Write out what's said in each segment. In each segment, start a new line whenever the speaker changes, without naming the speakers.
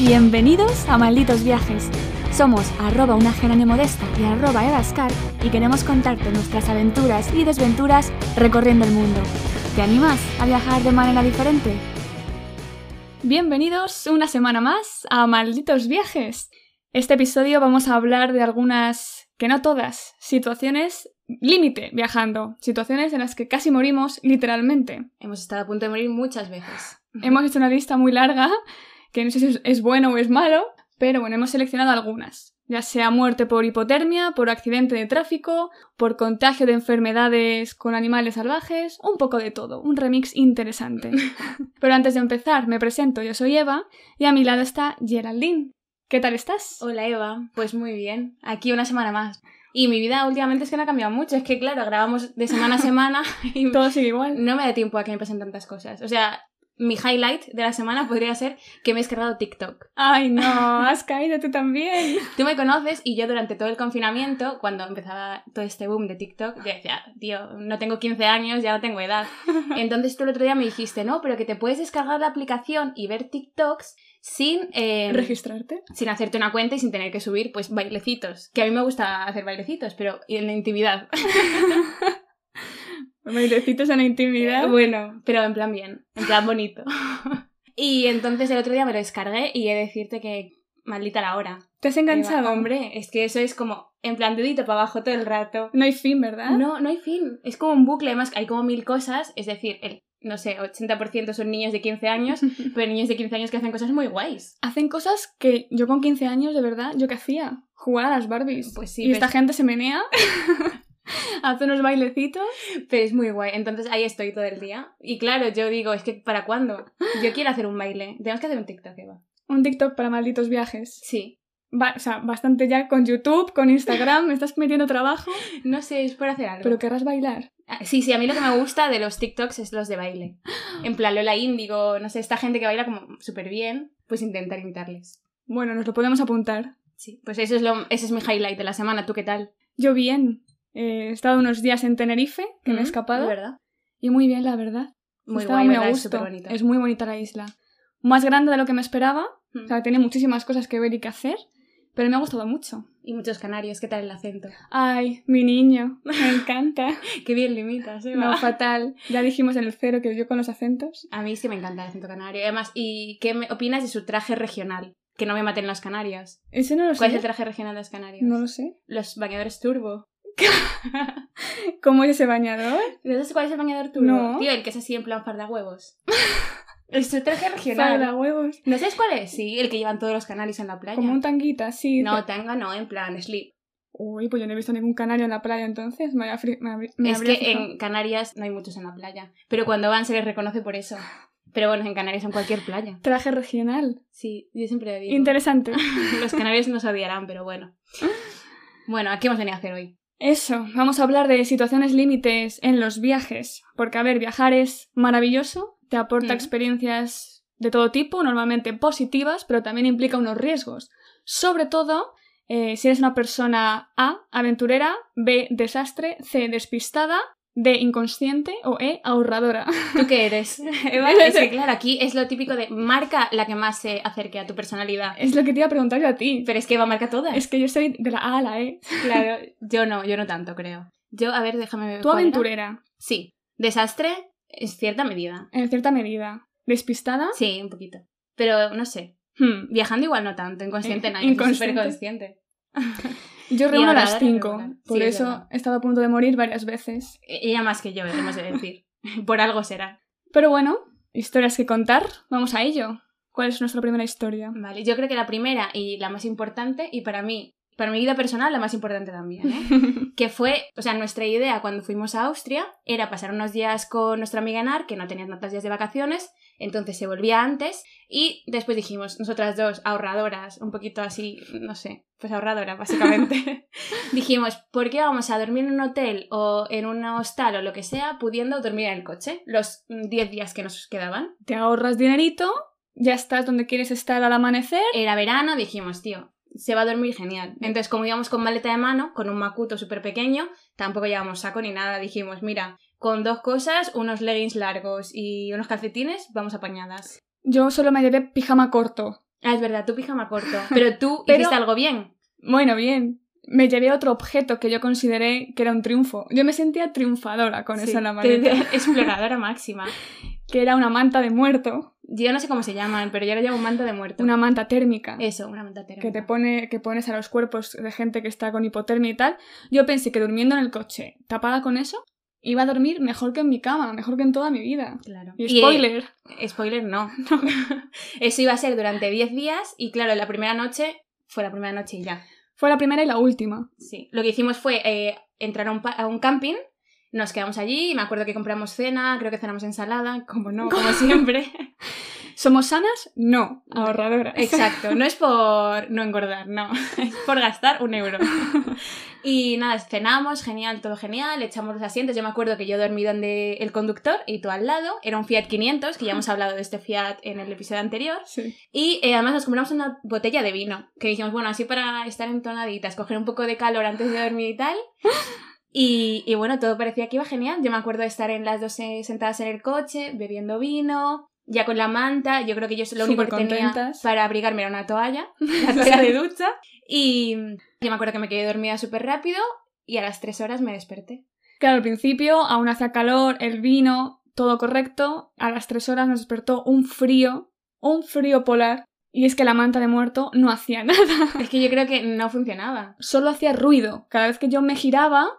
Bienvenidos a Malditos Viajes. Somos arroba una Gerónimo modesta y arroba evascar y queremos contarte nuestras aventuras y desventuras recorriendo el mundo. ¿Te animas a viajar de manera diferente? Bienvenidos una semana más a Malditos Viajes. Este episodio vamos a hablar de algunas, que no todas, situaciones límite viajando, situaciones en las que casi morimos literalmente.
Hemos estado a punto de morir muchas veces.
Hemos hecho una lista muy larga, que no sé si es- es bueno o es malo, pero bueno, hemos seleccionado algunas. Ya sea muerte por hipotermia, por accidente de tráfico, por contagio de enfermedades con animales salvajes, un poco de todo, un remix interesante. pero antes de empezar, me presento, yo soy Eva y a mi lado está Geraldine. ¿Qué tal estás?
Hola Eva, pues muy bien, aquí una semana más. Y mi vida últimamente es que no ha cambiado mucho, es que claro, grabamos de semana a semana y
Todo sigue igual.
no me da tiempo a que me pasen tantas cosas. O sea, mi highlight de la semana podría ser que me he descargado TikTok.
Ay, no, has caído tú también.
Tú me conoces y yo durante todo el confinamiento, cuando empezaba todo este boom de TikTok, yo decía, tío, no tengo 15 años, ya no tengo edad. Entonces tú el otro día me dijiste, no, pero que te puedes descargar la aplicación y ver TikToks sin... eh,
¿Registrarte?
sin hacerte una cuenta y sin tener que subir, pues, bailecitos. Que a mí me gusta hacer bailecitos, pero en la intimidad.
Bailecitos en la intimidad.
bueno, pero en plan bien, en plan bonito. y entonces el otro día me lo descargué y he de decirte que maldita la hora.
¿Te has enganchado?
Digo, Hombre, es que eso es como en plan dedito para abajo todo el rato.
No hay fin, ¿verdad?
No, no hay fin. Es como un bucle, además hay como mil cosas. Es decir, el, no sé, 80% son niños de 15 años, pero niños de 15 años que hacen cosas muy guays.
Hacen cosas que yo con 15 años, de verdad, yo qué hacía. Jugar a las Barbies.
Pues sí,
y
pero-
esta gente se menea, hace unos bailecitos.
Pero es muy guay. Entonces ahí estoy todo el día. Y claro, yo digo, es que ¿para cuándo? Yo quiero hacer un baile. Tenemos que hacer un TikTok, Eva.
Un TikTok para malditos viajes.
Sí.
Ba- o sea, bastante ya con YouTube, con Instagram, me estás metiendo trabajo.
No sé, es por hacer algo.
Pero querrás bailar.
Ah, Sí, sí, a mí lo que me gusta de los TikToks es los de baile. En plan, Lola Índigo, no sé, esta gente que baila como súper bien, pues intentar imitarles.
Bueno, nos lo podemos apuntar.
Sí. Pues eso es lo, ese es mi highlight de la semana. ¿Tú qué tal?
Yo bien. Eh, he estado unos días en Tenerife, que me he
¿Mm?
escapado.
¿De verdad?
Y muy bien, la verdad.
Muy
Estaba
guay,
muy
¿verdad?
a
Es
gusto.
superbonito.
Es muy bonita la isla. Más grande de lo que me esperaba.
Mm.
O sea, tiene muchísimas cosas que ver y que hacer. Pero me ha gustado mucho.
Y muchos canarios, ¿qué tal el acento?
Ay, mi niño, me encanta.
Qué bien limitas, Eva.
No, fatal. Ya dijimos en el cero que yo con los acentos.
A mí sí me encanta el acento canario. Además, ¿y qué me opinas de su traje regional? Que no me maten los canarios.
Ese no lo
¿Cuál es
sé.
el traje regional de los canarios?
No lo sé.
Los bañadores turbo.
¿Cómo es ese bañador?
¿No sabes cuál es el bañador turbo?
No.
Tío, el que es así en plan farda huevos. es su traje regional.
Para huevos.
¿No sabes cuál es? Sí, el que llevan todos los canarios en la playa.
Como un tanguita, sí.
No, tanga no, en plan slip.
Uy, pues yo no he visto ningún canario en la playa entonces. Me, habría fri- me habría- me
Es que
habría fijado.
en Canarias no hay muchos en la playa. Pero cuando van se les reconoce por eso. Pero bueno, en Canarias en cualquier playa.
Traje regional.
Sí, yo siempre lo digo.
Interesante.
Los canarios nos odiarán, pero bueno. Bueno, ¿a qué hemos venido a hacer hoy?
Eso, vamos a hablar de situaciones límites en los viajes, porque a ver, viajar es maravilloso, te aporta
Mm.
experiencias de todo tipo, normalmente positivas, pero también implica unos riesgos. Sobre todo eh, si eres una persona A, aventurera, B, desastre, C, despistada, D, inconsciente o E, ahorradora.
¿Tú qué eres? Eva, es que claro, aquí es lo típico de marca la que más se acerque a tu personalidad.
es lo que te iba a preguntar yo a ti.
Pero es que Eva marca todas.
Es que yo soy de la A a la E.
Claro, yo no, yo no tanto creo. Yo, a ver, déjame ver.
Tú
¿cuál era?
aventurera,
Sí. Desastre, en cierta medida.
en cierta medida. ¿Despistada?
Sí, un poquito. Pero no sé.
Hmm.
Viajando igual no tanto, inconsciente
Eh,
nadie.
inconsciente.
consciente.
Yo reúno a las
ahorradora,
5,
regular.
por
Sí, es
eso
verdad.
he estado a punto de morir varias veces.
E-, Ella más que yo, hemos de decir. Por algo será.
Pero bueno, historias que contar, vamos a ello. ¿Cuál es nuestra primera historia?
Vale, yo creo que la primera y la más importante, y para mí, para mi vida personal, la más importante también, ¿eh? que fue, o sea, nuestra idea cuando fuimos a Austria era pasar unos días con nuestra amiga Nar, que no tenía tantos días de vacaciones, entonces se volvía antes y después dijimos, nosotras dos, ahorradoras, un poquito así, no sé, pues ahorradora básicamente, dijimos, ¿por qué vamos a dormir en un hotel o en un hostal o lo que sea, pudiendo dormir en el coche los mm, 10 días que nos quedaban?
Te ahorras dinerito, ya estás donde quieres estar al amanecer.
Era verano, dijimos, tío, se va a dormir genial. Entonces, como íbamos con maleta de mano, con un macuto súper pequeño, tampoco llevábamos saco ni nada, dijimos, mira, con dos cosas, unos leggings largos y unos calcetines, vamos apañadas.
Yo solo me llevé pijama corto,
Ah, es verdad, tu pijama corto. Pero tú
Pero-
hiciste algo bien.
Bueno, bien. Me llevé otro objeto que yo consideré que era un triunfo. Yo me sentía triunfadora con
Sí,
eso en la
te-
maleta.
te- Exploradora máxima.
Que era una manta de muerto.
Yo no sé cómo se llaman, pero yo le llamo manta de muerto.
Una manta térmica.
Eso, una manta térmica.
que te pone, que pones a los cuerpos de gente que está con hipotermia y tal. Yo pensé que durmiendo en el coche, tapada con eso, iba a dormir mejor que en mi cama, mejor que en toda mi vida.
Claro.
Y
Y, eh,
spoiler.
spoiler, no. Eso iba a ser durante 10 días y claro, la primera noche fue la primera noche y ya.
Fue la primera y la última.
Sí. Lo que hicimos fue eh, entrar a un, pa- a un camping, nos quedamos allí y me acuerdo que compramos cena, creo que cenamos ensalada, como no, como siempre.
¿Somos sanas? No. Ahorradoras.
Exacto, no es por no engordar, no, es por gastar un euro. Y nada, cenamos, genial, todo genial, echamos los asientos. Yo me acuerdo que yo dormí donde el conductor y tú al lado. Era un Fiat 500, que ya hemos hablado de este Fiat en el episodio anterior.
Sí.
Y eh, además nos compramos una botella de vino, que dijimos, bueno, así para estar entonaditas, coger un poco de calor antes de dormir y tal. Y, y bueno, todo parecía que iba genial. Yo me acuerdo de estar en las dos eh, sentadas en el coche, bebiendo vino, ya con la manta. Yo creo que yo lo único que tenía
Supercontentas.
para abrigarme era una toalla, la toalla de ducha. Y yo me acuerdo que me quedé dormida súper rápido y a las tres horas me desperté.
Claro, al principio aún hacía calor, el vino, todo correcto. A las tres horas nos despertó un frío, un frío polar. Y es que la manta de muerto no hacía nada.
Es que yo creo que no funcionaba.
Solo hacía ruido. Cada vez que yo me giraba, nos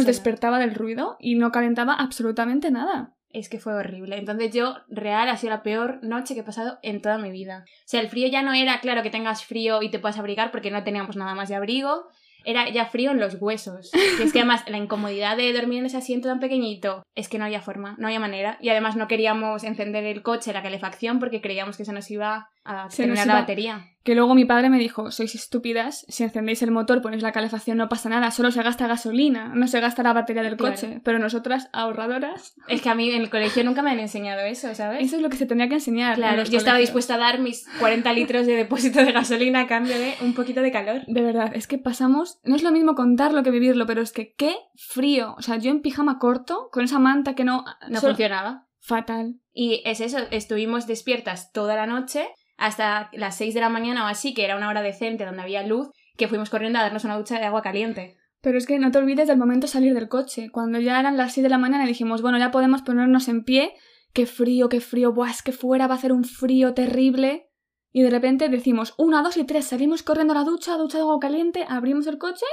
Sonaba.
despertaba del ruido y no calentaba absolutamente nada.
Es que fue horrible. Entonces yo, real, ha sido la peor noche que he pasado en toda mi vida. O sea, el frío ya no era, claro, que tengas frío y te puedas abrigar porque no teníamos nada más de abrigo. Era ya frío en los huesos. Y es que además la incomodidad de dormir en ese asiento tan pequeñito es que no había forma, no había manera. Y además no queríamos encender el coche, la calefacción, porque creíamos que se nos iba a
Se nos
terminar la
iba-
batería.
Que luego mi padre me dijo, sois estúpidas, si encendéis el motor, ponéis la calefacción, no pasa nada, solo se gasta gasolina, no se gasta la batería del
Claro.
coche. Pero nosotras, ahorradoras,
Es que a mí en el colegio nunca me han enseñado eso, ¿sabes?
eso es lo que se tendría que enseñar. en
Claro, yo
los
estaba
colegios.
dispuesta a dar mis 40 litros de depósito de gasolina a cambio de un poquito de calor.
De verdad, es que pasamos. No es lo mismo contarlo que vivirlo, pero es que qué frío. O sea, yo en pijama corto, con esa manta que no.
No
solo-
funcionaba.
Fatal.
Y es eso, estuvimos despiertas toda la noche hasta las 6 de la mañana o así, que era una hora decente donde había luz, que fuimos corriendo a darnos una ducha de agua caliente.
Pero es que no te olvides del momento de salir del coche. Cuando ya eran las 6 de la mañana dijimos, bueno, ya podemos ponernos en pie. Qué frío, qué frío. Buah, es que fuera va a hacer un frío terrible. Y de repente decimos, una, dos y tres, salimos corriendo a la ducha, ducha de agua caliente, abrimos el coche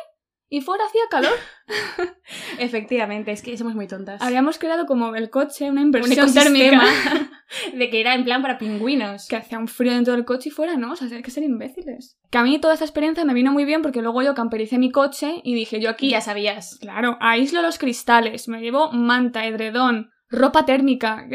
y fuera hacía calor.
Efectivamente, es que somos muy tontas.
Habíamos creado como el coche, una
un
inversión
ecosistema
térmica.
de que era en plan para pingüinos.
que hacía un frío dentro del coche y fuera, ¿no? O sea, hay que ser imbéciles. Que a mí toda esta experiencia me vino muy bien porque luego yo campericé mi coche y dije, yo
Aquí
aquí,
ya sabías.
claro, aíslo los cristales, me llevo manta, edredón, ropa térmica,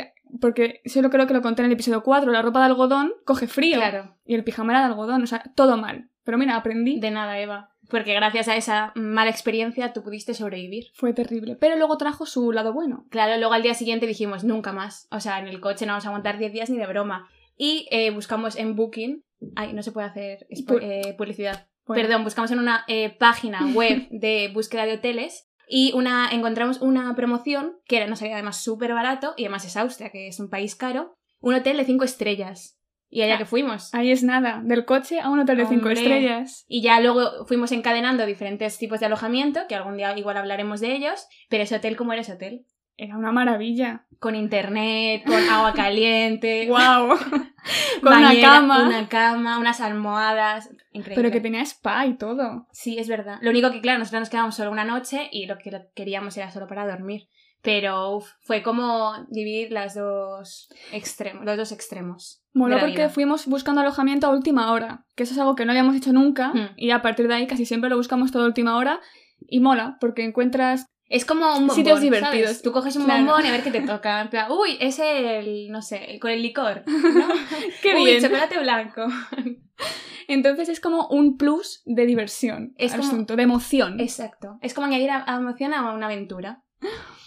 porque yo lo creo que lo conté en el episodio 4, la ropa de algodón coge frío
Claro,
y el pijama era de algodón, o sea, todo mal. Pero mira, aprendí.
de nada, Eva. Porque gracias a esa mala experiencia tú pudiste sobrevivir.
Fue terrible, pero luego trajo su lado bueno.
Claro, luego al día siguiente dijimos, nunca más. O sea, en el coche no vamos a aguantar 10 días ni de broma. Y eh, buscamos en Booking. Ay, no se puede hacer espo-
Pu-
eh, publicidad.
Bueno,
Perdón, buscamos en una eh, página web de búsqueda de hoteles y una, encontramos una promoción que era, nos salía además súper barato y además es Austria, que es un país caro. Un hotel de 5 estrellas. Y allá
Ah,
que fuimos.
Ahí es nada, del coche a un hotel de cinco
Hombre.
estrellas.
Y ya luego fuimos encadenando diferentes tipos de alojamiento, que algún día igual hablaremos de ellos, pero ese hotel como era ese hotel.
Era una maravilla.
Con internet, con agua caliente.
¡Guau! Con una
bañera,
cama.
Una cama, unas almohadas. Increíble.
Pero que tenía spa y todo.
Sí, es verdad. Lo único que, claro, nosotros nos quedábamos solo una noche y lo que lo- queríamos era solo para dormir. Pero uf, fue como dividir las dos extremos, los dos extremos.
Moló
de la
porque
vida.
fuimos buscando alojamiento a última hora, que eso es algo que no habíamos hecho nunca
Mm.
y a partir de ahí casi siempre lo buscamos todo a última hora y mola porque encuentras
Es como un bombón,
Sitios
¿sabes?
divertidos.
Tú coges un
Claro.
bombón y a ver qué te toca. En plan, uy, es el, no sé, el- con el licor. ¿no?
qué
uy,
bien.
chocolate blanco.
Entonces es como un plus de diversión,
Es
al
como-
asunto, de emoción.
Exacto. Es como añadir a, a emoción a una aventura.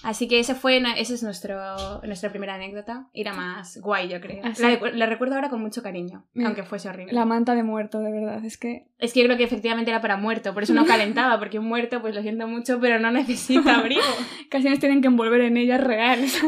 Así que ese fue, esa es nuestro, nuestra primera anécdota. Era más guay, yo creo.
Así.
La, recu- la recuerdo ahora con mucho cariño,
Mira,
aunque fuese horrible.
La manta de muerto, de verdad, es que
Es que yo creo que efectivamente era para muerto, por eso no calentaba, porque un muerto, pues lo siento mucho, pero no necesita abrigo.
casi nos tienen que envolver en ellas reales.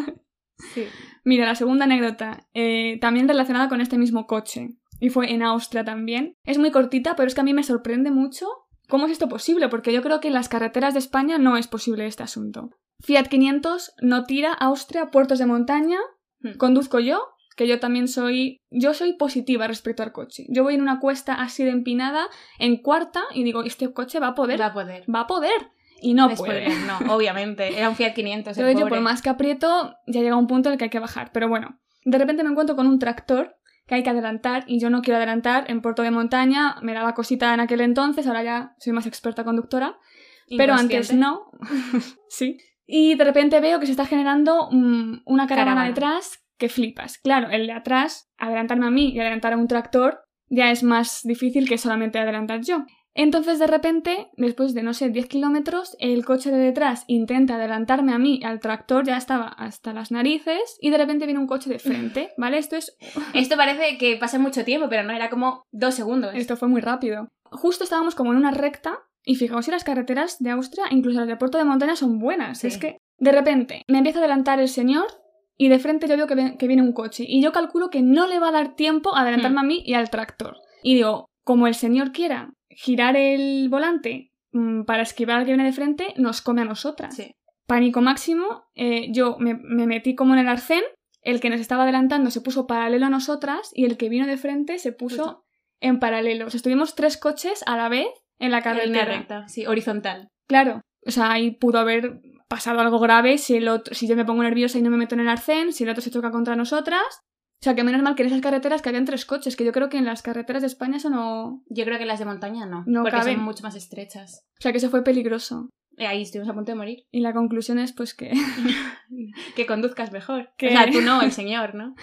Sí.
Mira, la segunda anécdota, eh, también relacionada con este mismo coche. y fue en Austria también. Es muy cortita, pero es que a mí me sorprende mucho cómo es esto posible, porque yo creo que en las carreteras de España no es posible este asunto. Fiat 500 no tira Austria, puertos de montaña,
Hmm.
conduzco yo, que yo también soy, yo soy positiva respecto al coche. Yo voy en una cuesta así de empinada, en cuarta, y digo, este coche va a poder,
Va
va,
a poder.
a poder, y no puede.
Spoiler, no, obviamente. Era un Fiat 500. el
Entonces yo
pobre.
por más que aprieto, ya llega un punto en el que hay que bajar. Pero bueno, de repente me encuentro con un tractor que hay que adelantar y yo no quiero adelantar en puerto de montaña, me daba cosita en aquel entonces, ahora ya soy más experta conductora, pero antes
Inconsciente.
no. sí. Y de repente veo que se está generando mm, una caravana,
Caravana.
detrás que flipas. Claro, el de atrás, adelantarme a mí y adelantar a un tractor ya es más difícil que solamente adelantar yo. Entonces, de repente, después de no sé, 10 kilómetros, el coche de detrás intenta adelantarme a mí, al tractor, ya estaba hasta las narices, y de repente viene un coche de frente, ¿vale? Esto es.
Esto parece que pasa mucho tiempo, pero no, era como dos segundos.
Esto fue muy rápido. Justo estábamos como en una recta, y fijaos si las carreteras de Austria, incluso las de Puerto de Montaña, son buenas.
Sí.
Es que, de repente, me empieza a adelantar el señor, y de frente yo veo que, ven- que viene un coche, y yo calculo que no le va a dar tiempo a adelantarme a mí y al tractor. Y digo, como el señor quiera girar el volante mm, para esquivar al que viene de frente, nos come a nosotras.
Sí.
Pánico máximo, eh, yo me, me metí como en el arcén, el que nos estaba adelantando se puso paralelo a nosotras y el que vino de frente se puso
Justo.
en paralelo. O sea, estuvimos tres coches a la vez en la
En
carretera.
línea recta, sí, horizontal.
Claro. O sea, ahí pudo haber pasado algo grave si, el otro, si yo me pongo nerviosa y no me meto en el arcén, si el otro se choca contra nosotras. O sea, que menos mal que en esas carreteras que habían tres coches, que yo creo que en las carreteras de España eso no...
Yo creo que las de montaña no,
No
porque
caben.
son mucho más estrechas.
O sea, que eso fue peligroso.
Eh, Ahí estuvimos a punto de morir.
Y la conclusión es pues que
Que conduzcas mejor.
Que-
O sea, tú no, el señor, ¿no?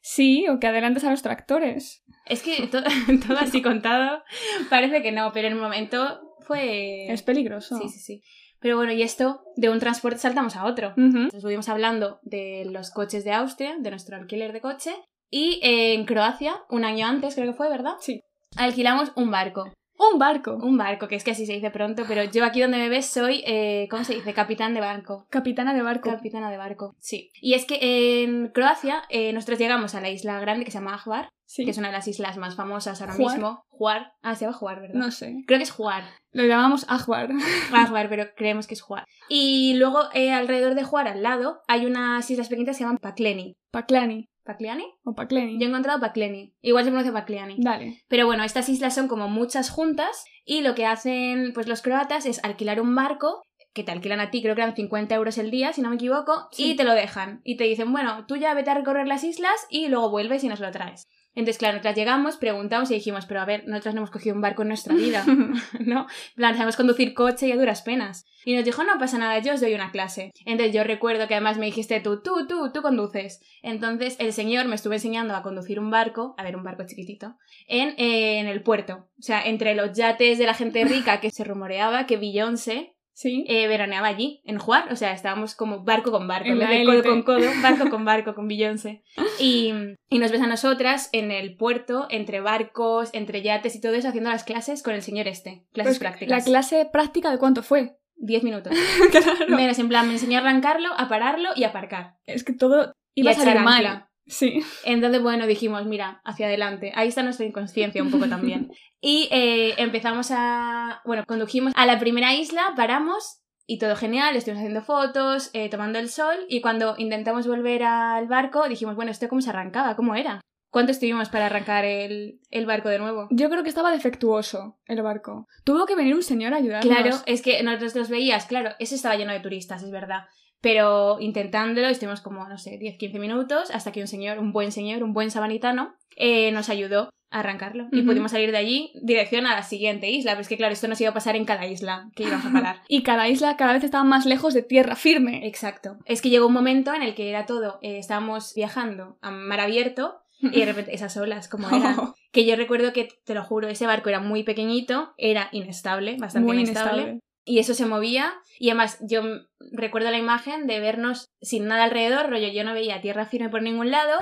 sí, o que adelantes a los tractores.
Es que to- todo así contado parece que no, pero en el momento fue...
Es peligroso.
Sí, sí, sí. Pero bueno, y esto, de un transporte saltamos a otro.
Ujú.
Estuvimos hablando de los coches de Austria, de nuestro alquiler de coche, y eh, en Croacia, un año antes creo que fue, ¿verdad?
Sí.
Alquilamos un barco.
Un barco.
Un barco, que es que así se dice pronto, pero yo aquí donde me ves soy, eh, ¿cómo se dice? Capitán de barco.
Capitana de barco.
Capitana de barco, sí. Y es que en Croacia eh, nosotros llegamos a la isla grande que se llama Hvar,
sí.
que es una de las islas más famosas ahora
¿Hvar?
mismo. Hvar. Ah, se llama Hvar, ¿verdad?
No sé.
Creo que es Hvar.
Lo llamamos Ajuar.
Hvar, pero creemos que es Hvar. Y luego eh, alrededor de Hvar, al lado, hay unas islas pequeñitas que se llaman Pakleni.
Paclani.
¿Pakliani?
O Pacleni.
Yo he encontrado Pakleni. Igual se pronuncia Pakleni.
Dale.
Pero bueno, estas islas son como muchas juntas y lo que hacen pues los croatas es alquilar un barco que te alquilan a ti, creo que eran 50 euros el día, si no me equivoco,
Sí.
y te lo dejan. Y te dicen, bueno, tú ya vete a recorrer las islas y luego vuelves y nos lo traes. Entonces, claro, nosotras llegamos, preguntamos y dijimos, pero a ver, nosotras no hemos cogido un barco en nuestra vida, ¿no? En plan, sabemos conducir coche y a duras penas. Y nos dijo, no pasa nada, yo os doy una clase. Entonces yo recuerdo que además me dijiste tú, tú, tú, tú conduces. Entonces el señor me estuvo enseñando a conducir un barco, a ver, un barco chiquitito, en, eh, en el puerto. O sea, entre los yates de la gente rica que se rumoreaba que Beyoncé
Sí.
eh, veraneaba allí, en Juar. O sea, estábamos como barco con barco,
En
en vez
la
de codo
élite.
con codo, barco con barco con Beyoncé. Y, y nos ves a nosotras en el puerto, entre barcos, entre yates y todo eso, haciendo las clases con el señor este.
Pues,
Clases prácticas.
La clase práctica de cuánto fue.
10 minutos.
Claro.
Menos en plan, me enseñó a arrancarlo, a pararlo y a aparcar.
Es que todo
Y
iba a
echar
salir
ancla.
mal. Sí.
Entonces, bueno, dijimos, mira, hacia adelante. Ahí está nuestra inconsciencia un poco también. Y eh, empezamos a... Bueno, condujimos a la primera isla, paramos y todo genial. Estuvimos haciendo fotos, eh, tomando el sol y cuando intentamos volver al barco dijimos, bueno, ¿esto cómo se arrancaba? ¿Cómo era? ¿Cuánto estuvimos para arrancar el, el barco de nuevo?
Yo creo que estaba defectuoso el barco. Tuvo que venir un señor a ayudarnos.
Claro, es que nosotros los veías, claro, ese estaba lleno de turistas, es verdad. Pero intentándolo, estuvimos como, no sé, 10-15 minutos, hasta que un señor, un buen señor, un buen sabanitano, eh, nos ayudó a arrancarlo. Y
Ujú.
pudimos salir de allí, dirección a la siguiente isla. Pero es que, claro, esto nos iba a pasar en cada isla que íbamos a parar.
Y cada isla cada vez estaba más lejos de tierra
Eh,
firme.
Exacto. Es que llegó un momento en el que era todo, eh, estábamos viajando a mar abierto y de repente esas olas, como eran.
Oh.
Que yo recuerdo que, te lo juro, ese barco era muy pequeñito, era inestable, bastante
Muy
inestable.
inestable.
Y eso se movía. Y además, yo m- recuerdo la imagen de vernos sin nada alrededor, rollo, yo no veía tierra firme por ningún lado.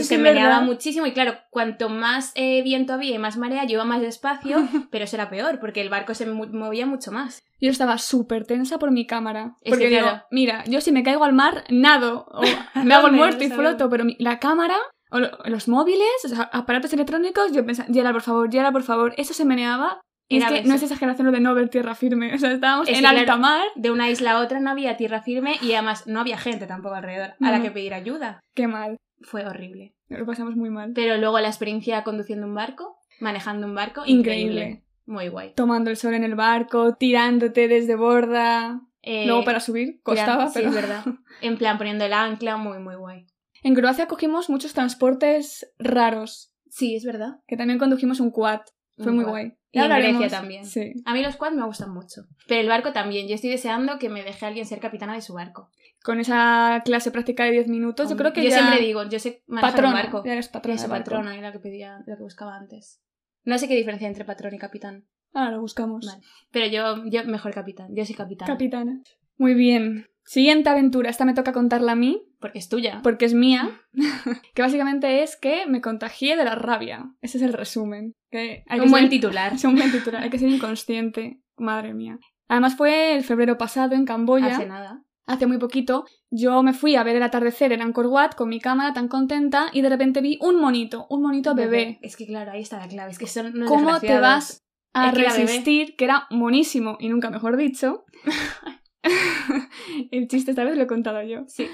Es
se
verdad.
meneaba muchísimo. Y claro, cuanto más eh, viento había y más marea, yo iba más despacio, pero eso era peor, porque el barco se mu- movía mucho más.
Yo estaba súper tensa por mi cámara.
Es
porque
que
digo,
claro.
mira, yo si me caigo al mar, nado. O me hago el
Dónde,
muerto y
no sabemos.
floto. Pero mi- la cámara, O lo- los móviles, o sea, aparatos electrónicos, yo pensaba, Yara, por favor, Yara, por favor, eso se meneaba. Y es
Era
que
beso.
no es exageración lo de no ver tierra firme, o sea, estábamos
Es
en
que, claro,
alta mar,
De una isla a otra no había tierra firme y además no había gente tampoco alrededor a la
No.
que pedir ayuda.
qué mal,
Fue horrible.
nos lo pasamos muy mal.
Pero luego la experiencia conduciendo un barco, manejando un barco,
Increíble.
increíble. Muy guay.
Tomando el sol en el barco, tirándote desde borda,
Eh,
luego para subir
tiran-
costaba,
sí,
pero...
es verdad. En plan, poniendo el ancla, muy, muy guay.
En Croacia cogimos muchos transportes raros,
Sí, es verdad.
que también condujimos un quad, fue muy guay.
Y en Grecia
hablaremos.
también.
Sí.
A mí los quads me gustan mucho. Pero el barco también. Yo estoy deseando que me deje alguien ser capitana de su barco.
Con esa clase práctica de 10 minutos, Pues yo creo que
Yo
ya...
siempre digo, yo sé manejar
patrona,
un barco.
ya eres patrona
Esa
de barco.
patrona era la que pedía, la que buscaba antes. No sé qué diferencia entre patrón y capitán.
Ahora lo buscamos.
Vale. Pero yo, yo mejor capitán. Yo soy capitán.
Capitana. Muy bien. Siguiente aventura, esta me toca contarla a mí,
porque es tuya.
porque es mía, que básicamente es que me contagié de la rabia. Ese es el resumen. Que hay que
un buen
ser-
titular.
es un buen titular, hay que ser inconsciente. Madre mía. Además fue el febrero pasado en Camboya,
Hace nada.
hace muy poquito. Yo me fui a ver el atardecer en Angkor Wat con mi cámara tan contenta y de repente vi un monito, un monito bebé.
Es que claro, ahí está la clave. Es que son unos
¿Cómo te
desgraciados.
vas a
Es que era bebé.
resistir? Que era monísimo y nunca mejor dicho. el chiste esta vez lo he contado yo.
Sí.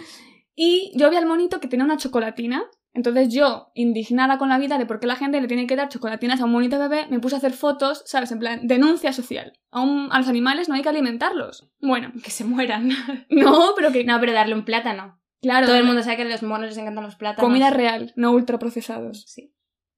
Y yo vi al monito que tenía una chocolatina. Entonces yo, indignada con la vida de por qué la gente le tiene que dar chocolatinas a un monito bebé, me puse a hacer fotos, ¿sabes? En plan, denuncia social. A, un- a los animales no hay que alimentarlos. Bueno,
Que se mueran.
no, pero que...
no, pero darle un plátano.
claro,
Todo el mundo sabe que a los monos les encantan los plátanos.
comida real, no ultraprocesados.
Sí.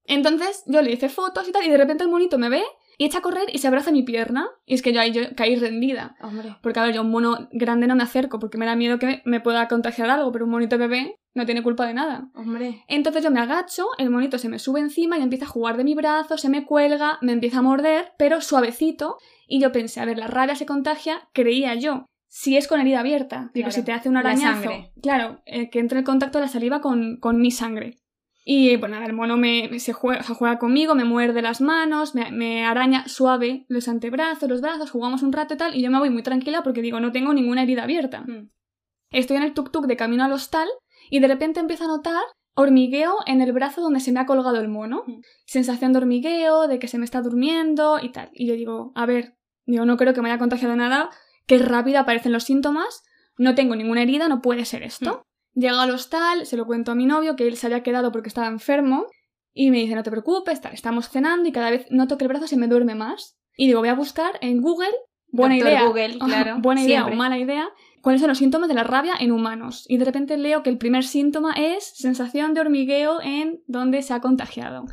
Entonces yo le hice fotos y tal, y de repente el monito me ve y echa a correr y se abraza a mi pierna. Y es que yo ahí yo caí rendida.
Hombre.
Porque, a ver, yo a un mono grande no me acerco porque me da miedo que me pueda contagiar algo, pero un monito bebé no tiene culpa de nada.
Hombre.
Entonces yo me agacho, el monito se me sube encima y empieza a jugar de mi brazo, se me cuelga, me empieza a morder, pero suavecito. Y yo pensé, a ver, la rabia se contagia, creía yo. Si es con herida abierta, digo,
Claro,
si te hace un
la
arañazo,
sangre.
claro, eh, que entre el contacto de la saliva con, con mi sangre. Y bueno, nada, el mono me, me- se juega, o sea, juega conmigo, me muerde las manos, me, me araña suave los antebrazos, los brazos, jugamos un rato y tal, y yo me voy muy tranquila porque digo, no tengo ninguna herida abierta.
Mm.
Estoy en el tuk-tuk de camino al hostal y de repente empiezo a notar hormigueo en el brazo donde se me ha colgado el mono.
Mm.
Sensación de hormigueo, de que se me está durmiendo y tal. Y yo digo, a ver, digo, no creo que me haya contagiado nada, qué rápido aparecen los síntomas, no tengo ninguna herida, no puede ser esto.
Mm.
Llego al hostal, se lo cuento a mi novio, que él se había quedado porque estaba enfermo, y me dice, no te preocupes, tal, estamos cenando y cada vez noto que el brazo se me duerme más. Y digo, voy a buscar en Google, buena
Doctor
idea,
Google, claro.
buena idea
siempre.
o mala idea, cuáles son los síntomas de la rabia en humanos. Y de repente leo que el primer síntoma es sensación de hormigueo en donde se ha contagiado.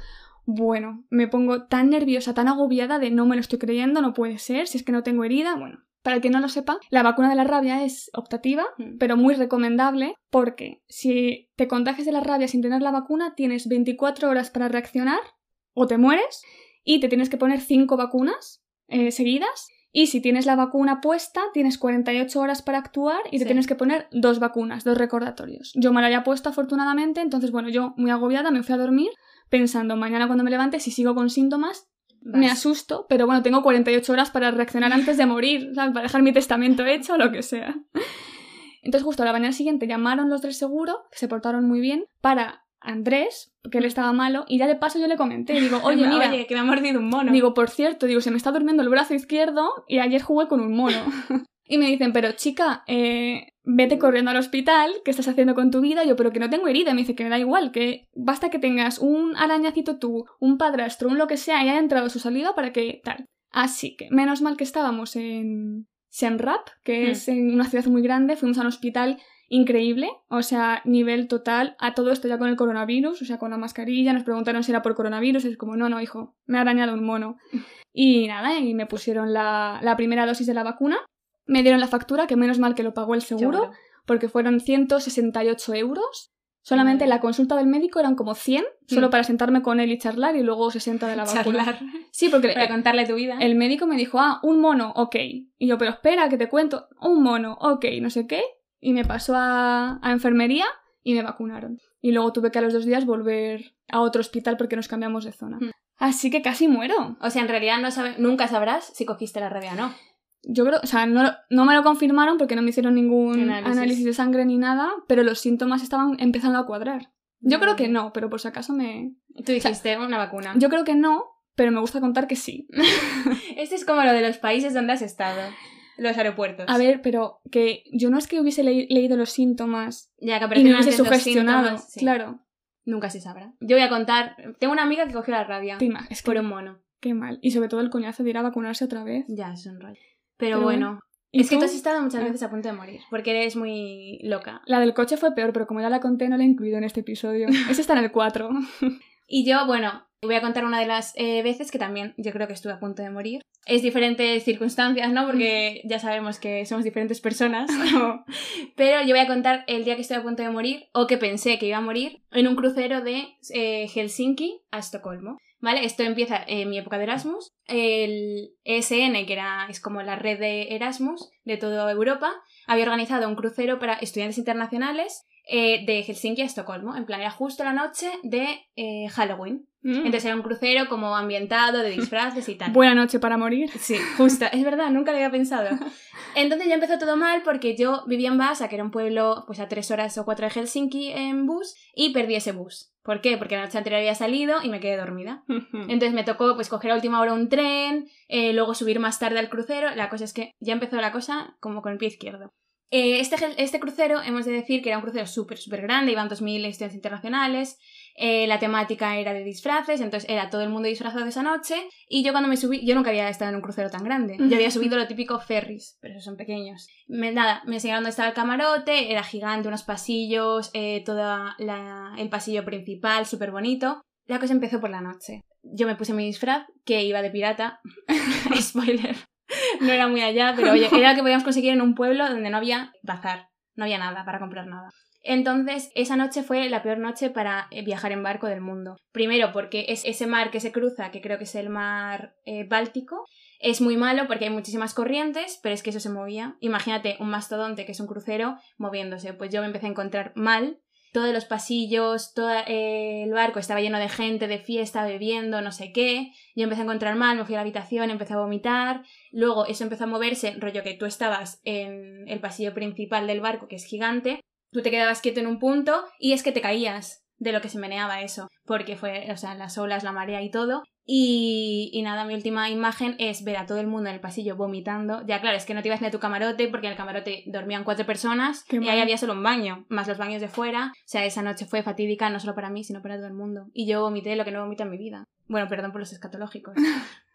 Bueno, me pongo tan nerviosa, tan agobiada de no me lo estoy creyendo, no puede ser, si es que no tengo herida, bueno. Para el que no lo sepa, la vacuna de la rabia es optativa,
Mm.
pero muy recomendable porque si te contagias de la rabia sin tener la vacuna, tienes 24 horas para reaccionar o te mueres y te tienes que poner 5 vacunas eh, seguidas. Y si tienes la vacuna puesta, tienes 48 horas para actuar y te
Sí.
tienes que poner dos vacunas, dos recordatorios. Yo me la había puesto afortunadamente, entonces bueno, yo muy agobiada me fui a dormir pensando mañana cuando me levante, si sigo con síntomas, me
Vas.
asusto, pero bueno, tengo 48 horas para reaccionar antes de morir, ¿sabes? para dejar mi testamento hecho o lo que sea. Entonces, justo a la mañana siguiente llamaron los del seguro, que se portaron muy bien, para Andrés, porque él estaba malo, y ya de paso yo le comenté, digo, oye, mira,
Mm. Oye, que me ha mordido un mono.
digo, por cierto, digo, se me está durmiendo el brazo izquierdo y ayer jugué con un mono. y me dicen, pero chica, eh, vete corriendo al hospital, ¿qué estás haciendo con tu vida? Yo, pero que no tengo herida. Y me dice que me da igual, que basta que tengas un arañacito tú, un padrastro, un lo que sea, y haya entrado su saliva para que tal. Así que, menos mal que estábamos en Siem Reap, que
Mm.
es en una ciudad muy grande, fuimos a un hospital increíble, o sea, nivel total, a todo esto ya con el coronavirus, o sea, con la mascarilla, nos preguntaron si era por coronavirus, es como, no, no, hijo, me ha arañado un mono. Y nada, y me pusieron la, la primera dosis de la vacuna, me dieron la factura, que menos mal que lo pagó el seguro,
Seguro.
porque fueron 168 euros. Solamente
Madre.
la consulta del médico eran como 100, solo
Mm.
para sentarme con él y charlar, y luego 60 de la vacuna.
Charlar.
Sí, porque eh,
Para contarle tu vida.
el médico me dijo, ah, un mono, ok. Y yo, pero espera, que te cuento, un mono, ok, no sé qué. Y me pasó a, a enfermería y me vacunaron. Y luego tuve que a los dos días volver a otro hospital porque nos cambiamos de zona.
Mm.
Así que casi muero.
O sea, en realidad no sabe- nunca sabrás si cogiste la rabia o no.
Yo creo, o sea, no, lo- no me lo confirmaron porque no me hicieron ningún
Análisis.
análisis de sangre ni nada, pero los síntomas estaban empezando a cuadrar. Yo
Mm.
creo que no, pero por si acaso me...
Tú dijiste una vacuna.
Yo creo que no, pero me gusta contar que sí.
Pues Este es como lo de los países donde has estado. Los aeropuertos.
A ver, pero que yo no es que hubiese le- leído los síntomas
ya que
y
aparecen
me hubiese
antes los
sugestionado.
síntomas, sí.
Claro.
Nunca se sabrá. Yo voy a contar. Tengo una amiga que cogió la rabia
Te imag- es que
por un mono.
qué mal. Y sobre todo el coñazo de ir a vacunarse otra vez.
Ya, es un rollo. Pero,
Pero
bueno.
¿Y
Es que
tú?
tú has estado muchas
Ah.
veces a punto de morir. Porque eres muy loca.
La del coche fue peor, pero como ya la conté, no la he incluido en este episodio. Ese está en el 4.
Y yo, bueno, voy a contar una de las eh, veces que también yo creo que estuve a punto de morir. Es diferentes circunstancias, ¿no? Porque ya sabemos que somos diferentes personas. ¿no? Pero yo voy a contar el día que estuve a punto de morir, o que pensé que iba a morir, en un crucero de eh, Helsinki a Estocolmo. ¿Vale? Esto empieza eh, en mi época de Erasmus. El ESN, que era, es como la red de Erasmus de toda Europa, había organizado un crucero para estudiantes internacionales eh, de Helsinki a Estocolmo. En plan, era justo la noche de eh, Halloween.
Mm.
Entonces era un crucero como ambientado, de disfraces y tal.
Buena noche para morir.
Sí, justo. Es verdad, nunca lo había pensado. Entonces ya empezó todo mal porque yo vivía en Vaasa, que era un pueblo pues a tres horas o cuatro de Helsinki en bus, y perdí ese bus. ¿Por qué? Porque la noche anterior había salido y me quedé dormida. Entonces me tocó pues coger a última hora un tren, eh, luego subir más tarde al crucero. La cosa es que ya empezó la cosa como con el pie izquierdo. Eh, este, gel- este crucero, hemos de decir que era un crucero súper, súper grande, iban 2.000 estudiantes internacionales, eh, la temática era de disfraces, entonces era todo el mundo disfrazado esa noche, y yo cuando me subí, yo nunca había estado en un crucero tan grande, yo había subido lo típico ferries, pero esos son pequeños. Me- nada, me enseñaron dónde estaba el camarote, era gigante, unos pasillos, eh, todo el pasillo principal, súper bonito. La cosa empezó por la noche. Yo me puse mi disfraz, que iba de pirata. Spoiler. No era muy allá, pero oye, era lo que podíamos conseguir en un pueblo donde no había bazar, no había nada para comprar nada. Entonces, esa noche fue la peor noche para eh, viajar en barco del mundo. Primero, porque es ese mar que se cruza, que creo que es el mar eh, Báltico, es muy malo porque hay muchísimas corrientes, pero es que eso se movía. Imagínate un mastodonte, que es un crucero, moviéndose. Pues yo me empecé a encontrar mal. Todos los pasillos, todo el barco estaba lleno de gente, de fiesta, bebiendo, no sé qué. Yo empecé a encontrar mal, me fui a la habitación, empecé a vomitar. Luego eso empezó a moverse, rollo que tú estabas en el pasillo principal del barco, que es gigante, tú te quedabas quieto en un punto y es que te caías de lo que se meneaba eso, porque fue, o sea, las olas, la marea y todo. Y, y nada, mi última imagen es ver a todo el mundo en el pasillo vomitando. Ya claro, es que no te ibas ni a tu camarote porque en el camarote dormían cuatro personas
Qué
y ahí
mal.
había solo un baño, más los baños de fuera. O sea, esa noche fue fatídica no solo para mí, sino para todo el mundo. Y yo vomité lo que no vomito en mi vida. Bueno, perdón por los escatológicos.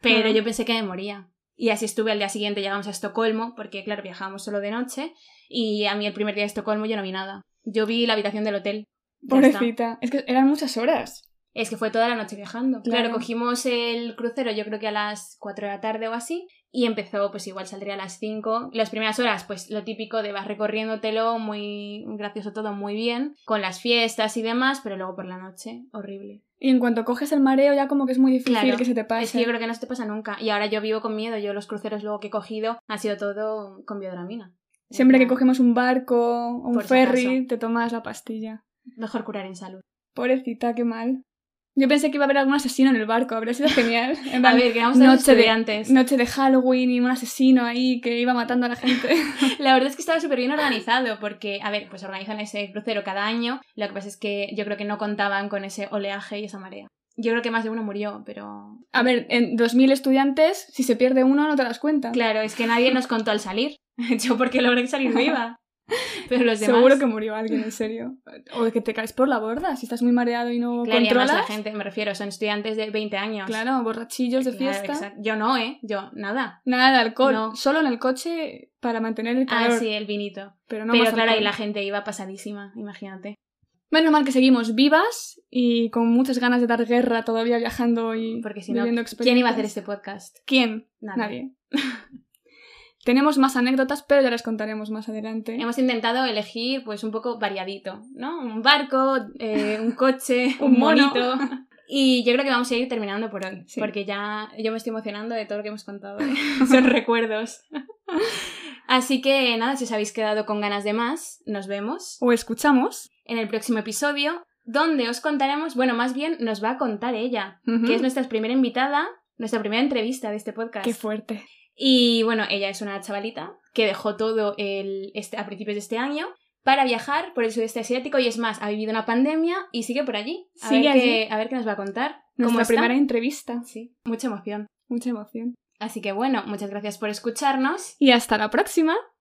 Pero
Claro.
yo pensé que me moría. Y así estuve al día siguiente, llegamos a Estocolmo, porque claro, viajábamos solo de noche. Y a mí el primer día de Estocolmo yo no vi nada. Yo vi la habitación del hotel. Ya está.
Pobrecita. Es que eran muchas horas.
Es que fue toda la noche viajando. Claro.
Claro.
cogimos el crucero yo creo que a las 4 de la tarde o así. Y empezó, pues igual saldría a las 5. Las primeras horas, pues lo típico de vas recorriéndotelo, muy gracioso todo, muy bien, con las fiestas y demás, pero luego por la noche, horrible.
Y en cuanto coges el mareo, ya como que es muy difícil
Claro.
que se te pase.
Es que yo creo que no se te pasa nunca. Y ahora yo vivo con miedo. Yo los cruceros luego que he cogido ha sido todo con biodramina.
Siempre que
Nada.
cogemos un barco o un
Por si
ferry,
acaso.
te tomas la pastilla.
Mejor curar en salud.
Pobrecita, qué mal. Yo pensé que iba a haber algún asesino en el barco, habría sido genial. En
A
plan,
ver, que vamos a los
noche de-
estudiantes.
Noche de Halloween y un asesino ahí que iba matando a la gente.
La verdad es que estaba súper bien organizado porque, a ver, pues organizan ese crucero cada año. Lo que pasa es que yo creo que no contaban con ese oleaje y esa marea. Yo creo que más de uno murió, pero...
A ver, en 2.000 estudiantes, si se pierde uno no te das cuenta.
Claro, es que nadie nos contó al salir. Yo porque logré salir viva. Pero los demás...
Seguro que murió alguien, en serio. O que te caes por la borda, si estás muy mareado y no
Claro, y además
controlas.
la gente, me refiero, son estudiantes de 20 años.
Claro, borrachillos de
Claro,
fiesta.
exacto. Yo no, ¿eh? Yo, nada.
Nada de alcohol,
No.
solo en el coche para mantener el
Ah,
calor.
sí, el vinito.
Pero no
Pero
más
claro, ahí
alcohol.
la gente iba pasadísima, imagínate.
Menos mal que seguimos vivas y con muchas ganas de dar guerra todavía viajando y
Porque si no,
viviendo
¿Quién iba a hacer
experiencias.
este podcast?
¿Quién?
Nadie.
Nadie. Tenemos más anécdotas, pero ya las contaremos más adelante.
Hemos intentado elegir pues un poco variadito, ¿no? Un barco, eh, un coche,
Un
un
mono.
monito. Y yo creo que vamos a ir terminando por hoy,
Sí.
porque ya yo me estoy emocionando de todo lo que hemos contado. ¿eh? Son recuerdos. Así que nada, si os habéis quedado con ganas de más, nos vemos
O escuchamos.
en el próximo episodio, donde os contaremos, bueno, más bien nos va a contar ella,
Ujú.
que es nuestra primera invitada, nuestra primera entrevista de este podcast.
Mm. Qué fuerte.
Y bueno, ella es una chavalita que dejó todo el, este, a principios de este año para viajar por el sudeste asiático y es más, ha vivido una pandemia y sigue por allí. A,
Sigue
ver, qué,
allí.
a ver qué nos va a contar. ¿Cómo
Nuestra
está?
primera entrevista.
Sí, mucha emoción.
Mucha emoción.
Así que bueno, muchas gracias por escucharnos.
Y hasta la próxima.